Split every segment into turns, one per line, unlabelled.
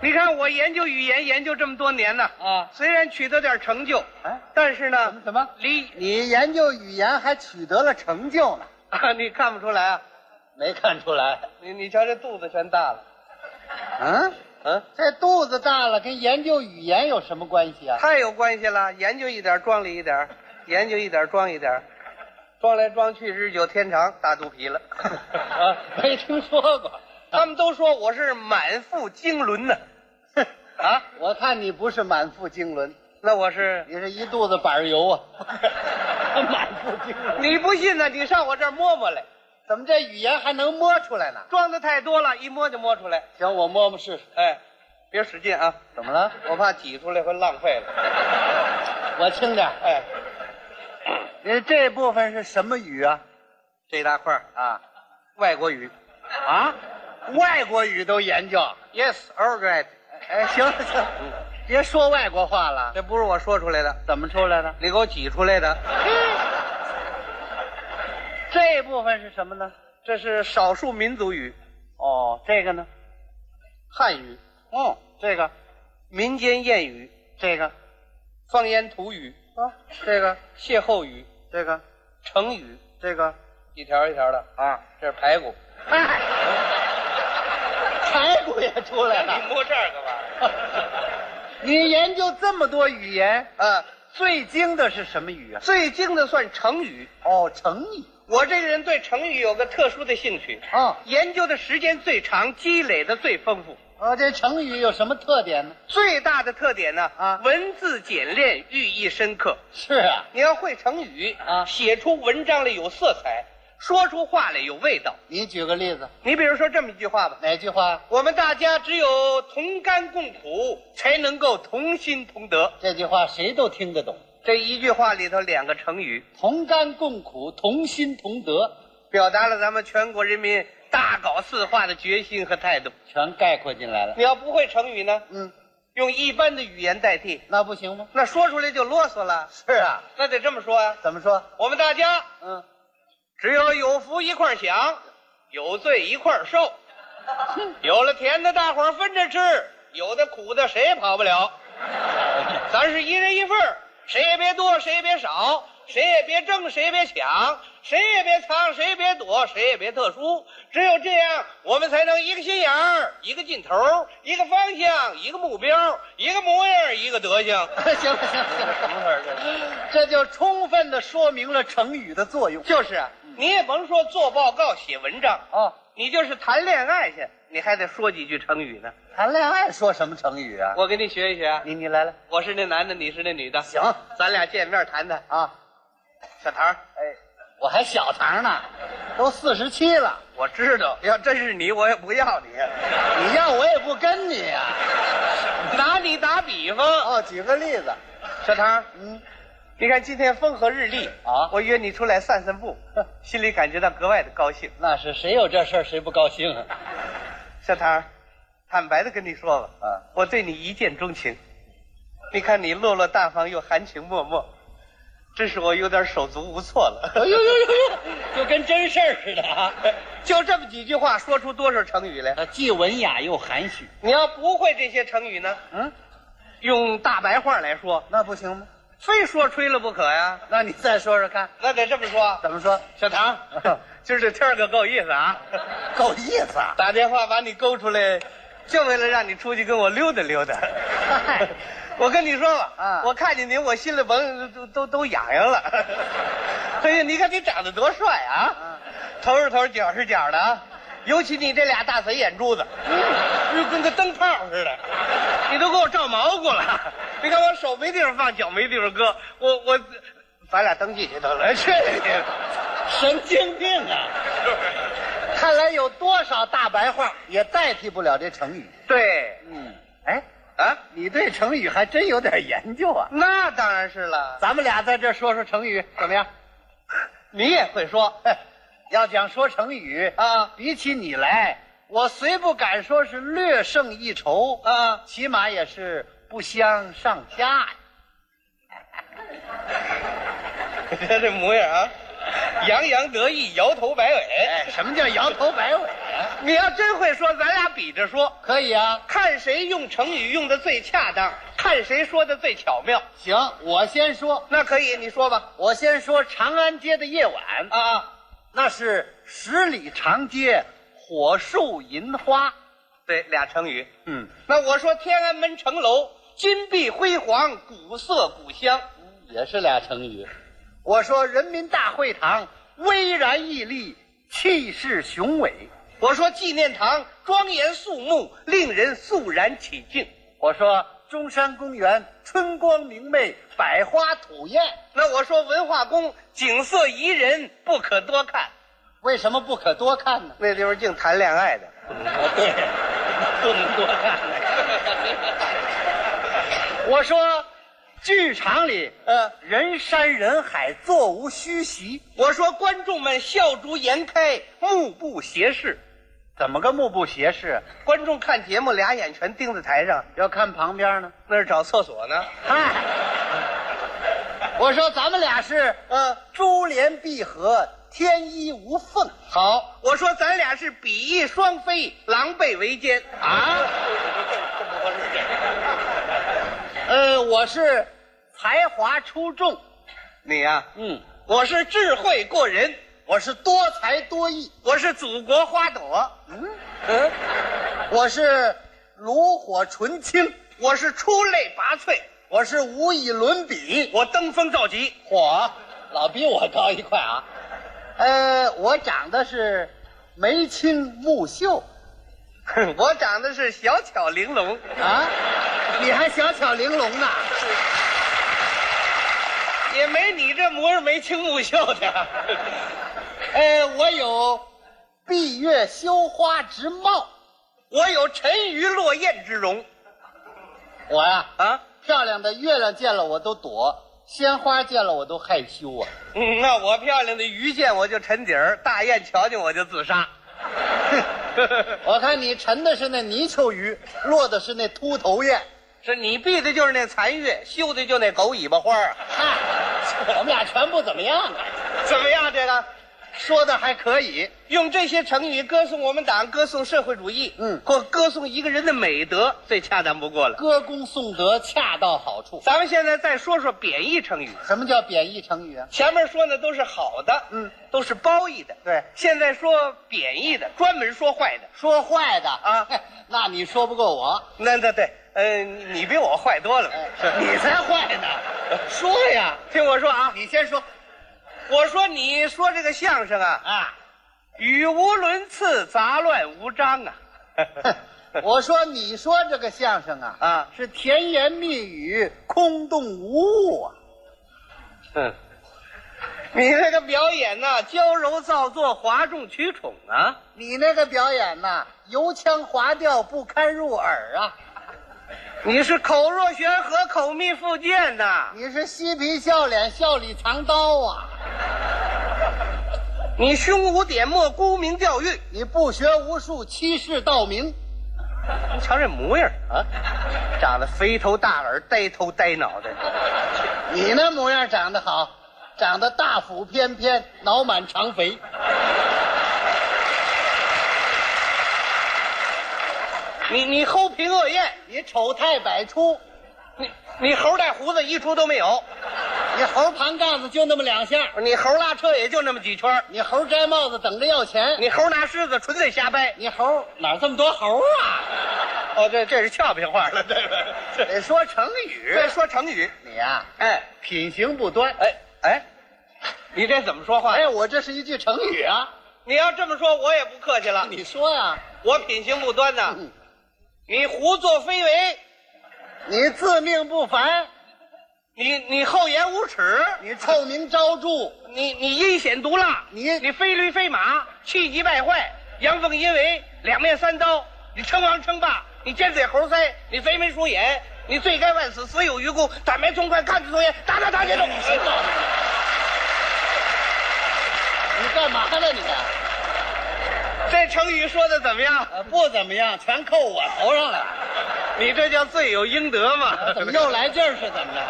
你看我研究语言研究这么多年呢，
啊，
虽然取得点成就，
哎
但是呢，
什么？
离
你研究语言还取得了成就呢？
啊，你看不出来啊？
没看出来。
你你瞧这肚子全大了，
嗯，
嗯，
这肚子大了跟研究语言有什么关系啊？
太有关系了。研究一点装里一点，研究一点装一点，装来装去日久天长，大肚皮了。
啊，没听说过。
他们都说我是满腹经纶呢， 啊，
我看你不是满腹经纶，
那我是
你是一肚子板儿油 啊！满腹经纶，
你不信呢？你上我这儿摸摸来，
怎么这语言还能摸出来呢？
装的太多了，一摸就摸出来。
行，我摸摸试试。
哎，别使劲啊，
怎么了？
我怕挤出来会浪费了。
我轻点。
哎，
你这部分是什么语啊？
这一大块儿
啊
外国语
啊，外国语都研究。
，Yes, all right，嗯
哎，行了行了，别说外国话了。
这不是我说出来的，
怎么出来的？
你给我挤出来的。
这部分是什么呢？
这是少数民族语，
哦，这个呢？汉语。
哦，
这个，
民间谚语、
这个，
方言土语、
啊，这个，
歇后语、
这个，
成语，
这个
一条一条的。
啊。
这是排骨，
哎，排骨也出来了。
摸这儿干嘛？
你研究这么多语言，
啊，
最精的是什么语啊？
最精的算成语。
哦，成语
我这个人对成语有个特殊的兴趣，
啊。
研究的时间最长，积累的最丰富。
哦，这成语有什么特点呢？
最大的特点呢，
啊
文字简练，寓意深刻。
是啊，
你要会成语
啊
写出文章来有色彩，说出话来有味道。
你举个例子，
你比如说这么一句话吧：
哪句话？
我们大家只有同甘共苦，才能够同心同德。
这句话谁都听得懂。
这一句话里头两个成语，
同甘共苦，同心同德，
表达了咱们全国人民大搞四化的决心和态度。
全概括进来了。
你要不会成语呢，
嗯，
用一般的语言代替，
那不行吗？
那说出来就啰嗦了。
是啊，
那得这么说啊，
怎么说？
我们大家
嗯，
只有有福一块儿享，有罪一块儿受。有了甜的，大伙儿分着吃；有的苦的，谁也跑不了。咱是一人一份儿谁也别多，谁也别少，谁也别争，谁也别抢，谁也别藏，谁也别躲，谁也别特殊。只有这样，我们才能一个心眼儿，一个劲头儿，一个方向，一个目标，一个模样儿，一个德行。
行了行了行了，这就充分的说明了成语的作用。
就是啊，你也甭说做报告、写文章，
哦，
你就是谈恋爱去，你还得说几句成语呢。
谈恋爱说什么成语啊？
我给你学一学啊，
你你来来，
我是那男的，你是那女的，
行
咱俩见面谈谈。
啊，
小唐儿，
哎，我还小堂呢，都四十七了，
我知道，要真是你，我也不要你。
你要我也不跟你啊呀、
拿你打比方，
哦，举个例子，
小唐儿，
嗯，
你看今天风和日丽
啊
我约你出来散散步， 心里感觉到格外的高兴。
那是谁有这事儿谁不高兴啊？
小唐儿，坦白的跟你说吧，
啊
我对你一见钟情。你看你落落大方又含情脉脉，这使我有点手足无措了。
哎呦呦呦呦，就跟真事儿似的啊！
就这么几句话，说出多少成语来？
呃既文雅又含蓄。
你要不会这些成语呢？
嗯，
用大白话来说，
那不行吗？
非说吹了不可呀。
那你再说说看，
那得这么说，
怎么说？
小唐， 今儿这天儿可够意思啊！
够意思啊！
打电话把你勾出来，就为了让你出去跟我溜达溜达。
嗨
我跟你说吧，
啊
我看见你，我心里甭都都都痒痒了。哎呀，你看你长得多帅啊，头是头，脚是脚的啊，尤其你这俩大贼眼珠子，
嗯
就跟个灯泡似的，你都给我照毛骨了。你看我手没地方放，脚没地方搁，我我，咱俩登记去得了，去你的！
神经病啊！ 看来有多少大白话也代替不了这成语。
对，
嗯，哎，
啊，
你对成语还真有点研究啊！
那当然是了，
咱们俩在这说说成语怎么样？
你也会说
嘿要讲说成语啊，
啊
比起你来，我虽不敢说是略胜一筹啊，
啊。
起码也是不相上下呀。
你看这模样啊，洋洋得意，摇头摆尾。
哎，什么叫摇头摆尾啊？
你要真会说，咱俩比着说，
可以啊，
看谁用成语用的最恰当，看谁说的最巧妙。
行，我先说，
那可以，你说吧。
我先说长安街的夜晚，
啊，
那是十里长街，火树银花。
对，俩成语。
嗯，
那我说天安门城楼金碧辉煌，古色古香。
也是俩成语。我说人民大会堂巍然屹立，气势雄伟。
我说纪念堂庄严肃穆，令人肃然起敬。
我说中山公园春光明媚，百花吐艳。
那我说文化宫景色宜人，不可多看。
为什么不可多看呢？
那地方净谈恋爱的，
对，不能多看。 我说，剧场里，
嗯
人山人海，座无虚席，
我说观众们笑逐颜开，目不斜视。
怎么个目不斜视？啊
观众看节目俩眼全盯在台上，
要看旁边呢？
那是找厕所呢。
嗨，我说咱们俩是
嗯，
珠联璧合，天衣无缝
好，我说咱俩是比翼双飞，狼狈为奸。
啊。呃，我是才华出众，
你呀、
嗯，
我是智慧过人，
我是多才多艺，
我是祖国花朵，嗯，
我是炉火纯青，
我是出类拔萃，
我是无以伦比。
我登峰造极。
嚯，老比我高一块啊！呃，我长得是眉清目秀
我长得是小巧玲珑，
啊，你还小巧玲珑呢。
也没你这模样眉清目秀的。
呃，我有闭月羞花之貌，
我有沉鱼落雁之容
我呀、
啊。
漂亮的月亮见了我都躲，鲜花见了我都害羞啊。
嗯，那我漂亮的鱼见我就沉底儿，大雁瞧见我就自杀。
我看你沉的是那泥鳅鱼，落的是那秃头雁。
是你避的就是那残月，修的就那狗尾巴花儿啊。
嗨，我们俩全不怎么样啊，
怎么样？这个
说的还可以。
用这些成语歌颂我们党，歌颂社会主义，
嗯
或歌颂一个人的美德，最恰当不过了。
歌功颂德，恰到好处。
咱们现在再说说贬义成语。
什么叫贬义成语啊？
前面说的都是好的，
嗯，
都是褒义的。
对
现在说贬义的，专门说坏的。
说坏的
啊
嘿那你说不过我，
那那对，呃，你你比我坏多了。
哎
是
你才坏呢。说呀，
听我说啊，
你先说
我说你说这个相声啊，
啊。
语无伦次，杂乱无章啊。
我说，你说这个相声啊，
啊
是甜言蜜语，空洞无物啊。
嗯，你这个表演呐、娇柔造作，哗众取宠啊。
你那个表演呐、油腔滑调，不堪入耳啊。
你是口若悬河，口蜜腹剑呐、
你是嬉皮笑脸，笑里藏刀啊。
你胸无点墨，沽名钓誉。
你不学无术，欺世盗名
你瞧这模样，
啊。
长得肥头大耳，呆头呆脑的。
你那模样长得好，长得大腹翩翩，脑满肠肥。
你你齁贫恶艳，
你丑态百出，
你你猴带胡子一出都没有，
你猴盘盖子就那么两下，
你猴拉车也就那么几圈儿，
你猴摘帽子等着要 钱。
你猴拿狮子纯粹瞎掰。
你猴哪儿这么多猴啊？
哦，对，这是俏皮话了，对吧？
得说成语。
这说成语，
你呀、
哎
品行不端。
哎哎，你这怎么说话呀？
哎，我这是一句成语啊。
你要这么说，我也不客气了。
你说呀、
我品行不端呐
嗯，
你胡作非为，
你自命不凡，
你你厚颜无耻，
你臭名昭著，
你你阴险毒辣，
你
你非驴非马，气急败坏，阳奉阴违，两面三刀，你称王称霸，你尖嘴猴腮，你贼眉鼠眼，你罪该万死，死有余辜，胆眉从宽，看不从严，打打打你懂什么？
你干嘛呢你？
这成语说的怎么样？
呃，不怎么样，全扣我头上了。呃
你这叫罪有应得嘛？
啊怎么又来劲儿是怎么着？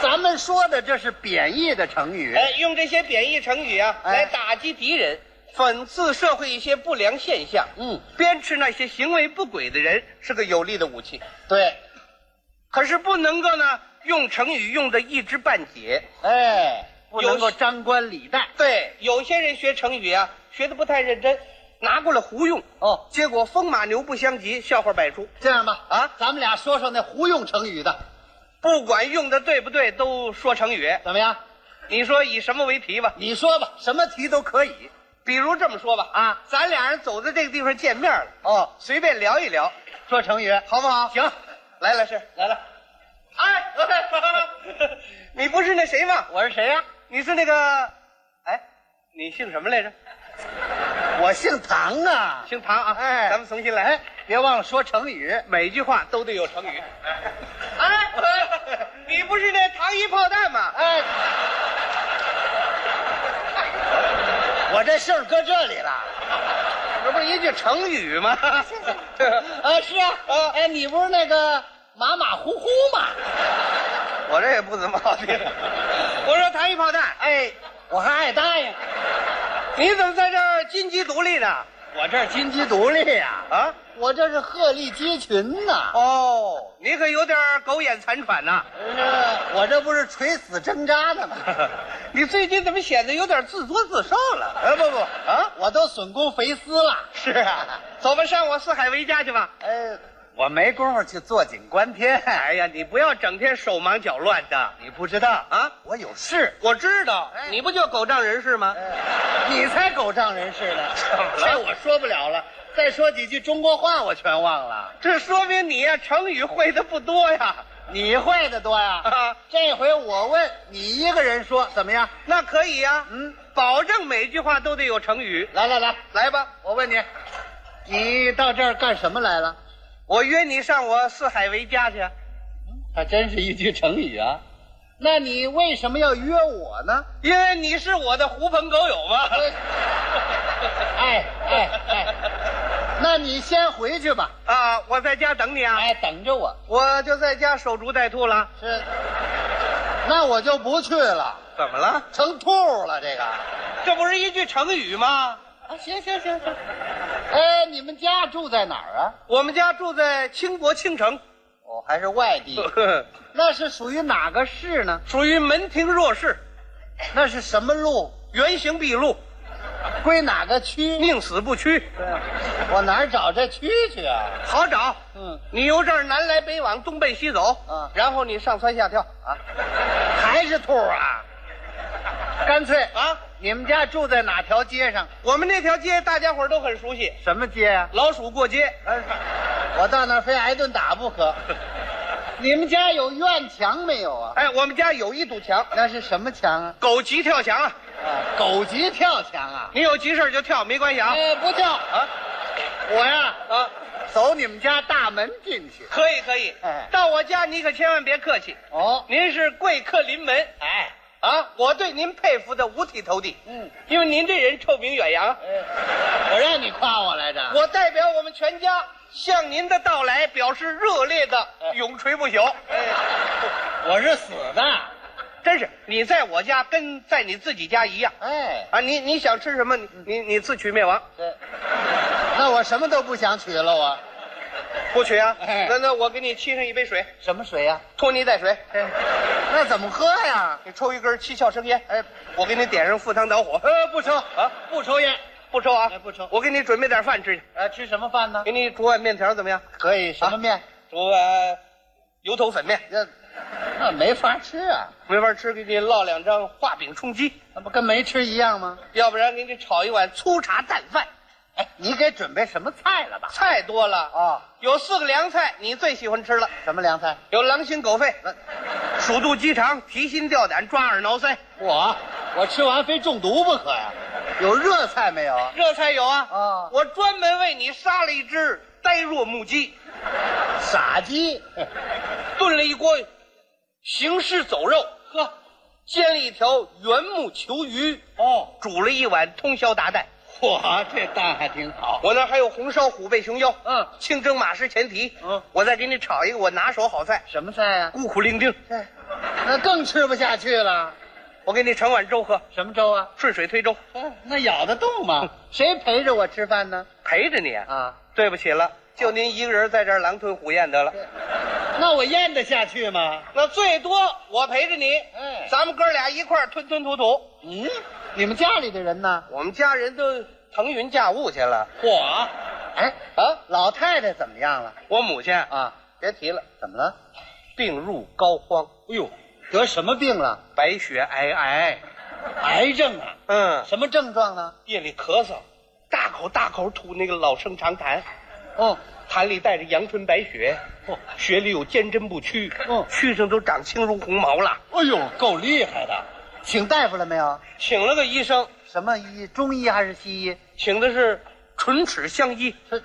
咱们说的这是贬义的成语，
哎，用这些贬义成语啊，
哎
来打击敌人，讽刺社会一些不良现象。
嗯，
鞭笞那些行为不轨的人是个有力的武器，
对，
可是不能够呢用成语用的一知半解。
哎，不
有
能够张冠李戴。
对，有些人学成语啊，学的不太认真，拿过来胡用，
哦，
结果风马牛不相及，笑话百出。
这样吧，
啊
啊，咱们俩说说那胡用成语的，
不管用的对不对，都说成语。
怎么样？
你说以什么为题吧？
你说吧，什么题都可以。
比如这么说吧，
啊，
咱俩人走到这个地方见面了，
哦，
随便聊一聊，
说成语，
好不好？
行，
来来 是。
来了，哎
哎，你不是那谁吗？
我是谁呀、
你是那个，哎，你姓什么来着？
我姓唐啊。
姓唐啊。
哎
咱们重新来。哎，
别忘了说成语。
每句话都得有成语。哎， 你不是那糖衣炮弹吗？
哎，我这姓儿搁这里了。
这不是一句成语吗？
啊，是啊，
啊
哎，你不是那个马马虎虎吗？
我这也不怎么 好听。我说糖衣炮弹，
哎，我还爱答应。
你怎么在这儿金鸡独立呢？
我这是金鸡独立呀、
啊？
我这是鹤立鸡群呐、
哦，你可有点狗眼残喘呐、
不是呃我这不是垂死挣扎的吗？
你最近怎么显得有点自作自受了？
哎，不不啊，我都损公肥私了。
是啊，走吧，上我四海为家去吧。
哎，我没工夫去坐井观天。
哎呀，你不要整天手忙脚乱的。
你不知道
啊
啊，我有事。
我知道，
哎
你不就狗仗人势吗？
你才狗仗人势呢！
么了
这我说不了了，再说几句中国话我全忘了。
这说明你呀、成语会的不多呀。
你会的多 呀、
啊
这回我问你一个人说怎么样？
那可以呀、
嗯，
保证每句话都得有成语。
来来来，
来吧，
我问你，你到这儿干什么来了？
我约你上我四海为家去。
还真是一句成语啊。那你为什么要约我呢？
因为你是我的狐朋狗友 嘛。
哎哎哎，那你先回去吧。
啊，我在家等你啊，
哎，等着我。
我就在家守株待兔了。
是，那我就不去了，
怎么了？
成兔了这个。
这不是一句成语吗？
啊，行行行行。哎，你们家住在哪儿啊？
我们家住在清国庆城，
哦，还是外地那是属于哪个市呢？
属于门庭若市，
那是什么路？
原形毕露，
归哪个区？
宁死不屈。
我哪儿找这区去啊？
好找，
嗯，
你由这儿南来北往，东奔西走，
嗯
然后你上蹿下跳
啊，还是兔啊？干脆啊，
啊。
你们家住在哪条街上？
我们那条街大家伙儿都很熟悉，
什么街啊呀、
老鼠过街，
哎，我到那儿非挨顿打不 可。你们家有院墙没有啊？
哎，我们家有一堵墙，
那是什么墙啊？
狗急跳墙啊！
啊，狗急跳墙啊！
你有急事儿就跳，没关系啊。
哎，不跳啊！我呀，
啊，
走你们家大门进去。
可以可以
哎，
到我家你可千万别客气，
哦，
您是贵客临门
哎，
啊，我对您佩服的五体投地，
嗯，
因为您这人臭名远扬啊。
哎我让你夸我来着。
我代表我们全家向您的到来表示热烈的永垂不朽。
哎我我是死的。
真是，你在我家跟在你自己家一样
哎，
啊！你你想吃什么，你你你自取灭亡，
这，那我什么都不想娶了，我
不取啊？
哎
那那我给你沏上一杯水，
什么水啊呀、
拖泥带水。
哎，那怎么喝呀？
你抽一根七窍生烟，
哎，
我给你点上赴汤蹈火。
呃，不抽
啊
啊，不抽烟。
不抽啊
哎，不抽
我给你准备点饭吃去，
呃，吃什么饭呢
给？你煮碗面条怎么样？
可以，什么面？
煮碗油头粉面，
那那没法吃啊，
没法吃，给你烙两张画饼充饥，
那不跟没吃一样吗？
要不然给你炒一碗粗茶淡饭。
哎，你给准备什么菜了吧？
菜多了啊。
哦，
有四个凉菜，你最喜欢吃了，
什么凉菜？
有狼心狗肺、鼠肚鸡肠、提心吊胆、抓耳挠腮。
我我吃完非中毒不可呀！有热菜没有？
热菜有啊，
啊
我专门为你杀了一只呆若木鸡，
傻鸡，
炖了一锅形式走肉，呵，煎了一条圆木球鱼，
哦，
煮了一碗通宵达旦。
嚯，这蛋还挺好。
我那儿还有红烧虎背熊腰，
嗯
清蒸马氏前蹄，
嗯
我再给你炒一个我拿手好菜，
什么菜呀、
孤苦伶仃。
这那更吃不下去了。
我给你盛碗粥喝，
什么粥啊？
顺水推舟，
嗯，那咬得动吗？谁陪着我吃饭呢？
陪着你。
啊，
对不起了，就您一个人在这儿狼吞虎咽得了。
那我咽得下去吗？
那最多我陪着你，
哎
咱们哥俩一块儿吞吞吐吐。
嗯，你们家里的人呢？
我们家人都腾云驾雾去了
我，哎，
啊！
老太太怎么样了？
我母亲啊，
啊，
别提了，
怎么了？
病入膏肓，
哎呦，得什么病了？
白血皑皑。
癌症啊？
嗯，
什么症状啊呢？
夜里咳嗽，大口大口吐那个老生常谈，
哦，
痰里带着阳春白雪，
哦
血里有坚贞不屈，
嗯
蛆上都长青如红毛了。
哎呦，够厉害的，请大夫了没有？
请了个医生，
什么医？中医还是西医？
请的是唇齿相依，
是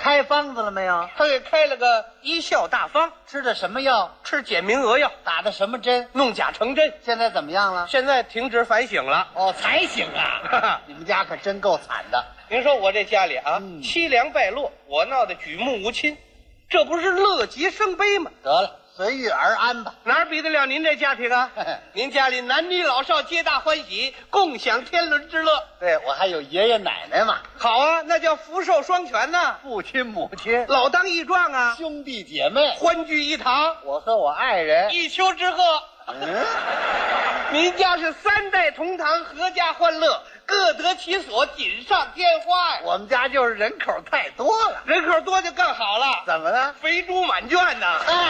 开方子了没有？
他给开了个医效大方，
吃的什么药？
吃简明扼要，
打的什么针？
弄假成真。
现在怎么样了？
现在停职反省了。
哦，才行啊！ 你们家可真够惨的。
您说我这家里啊，
嗯
凄凉败落，我闹得举目无亲，这不是乐极生悲吗？
得了，随遇而安吧。
哪儿比得了您这家庭啊？ 您家里男女老少皆大欢喜，共享天伦之乐。
对我还有爷爷奶奶嘛，
好啊，那叫福寿双全呐、
父亲母亲、
老当益壮啊，
兄弟姐妹，
欢聚一堂，
我和我爱人。
一丘之貉。
嗯，
您家是三代同堂，阖家欢乐，各得其所，锦上添花呀。
我们家就是人口太多了。
人口多就更好了，
怎么了？
肥猪满圈呐、
哎，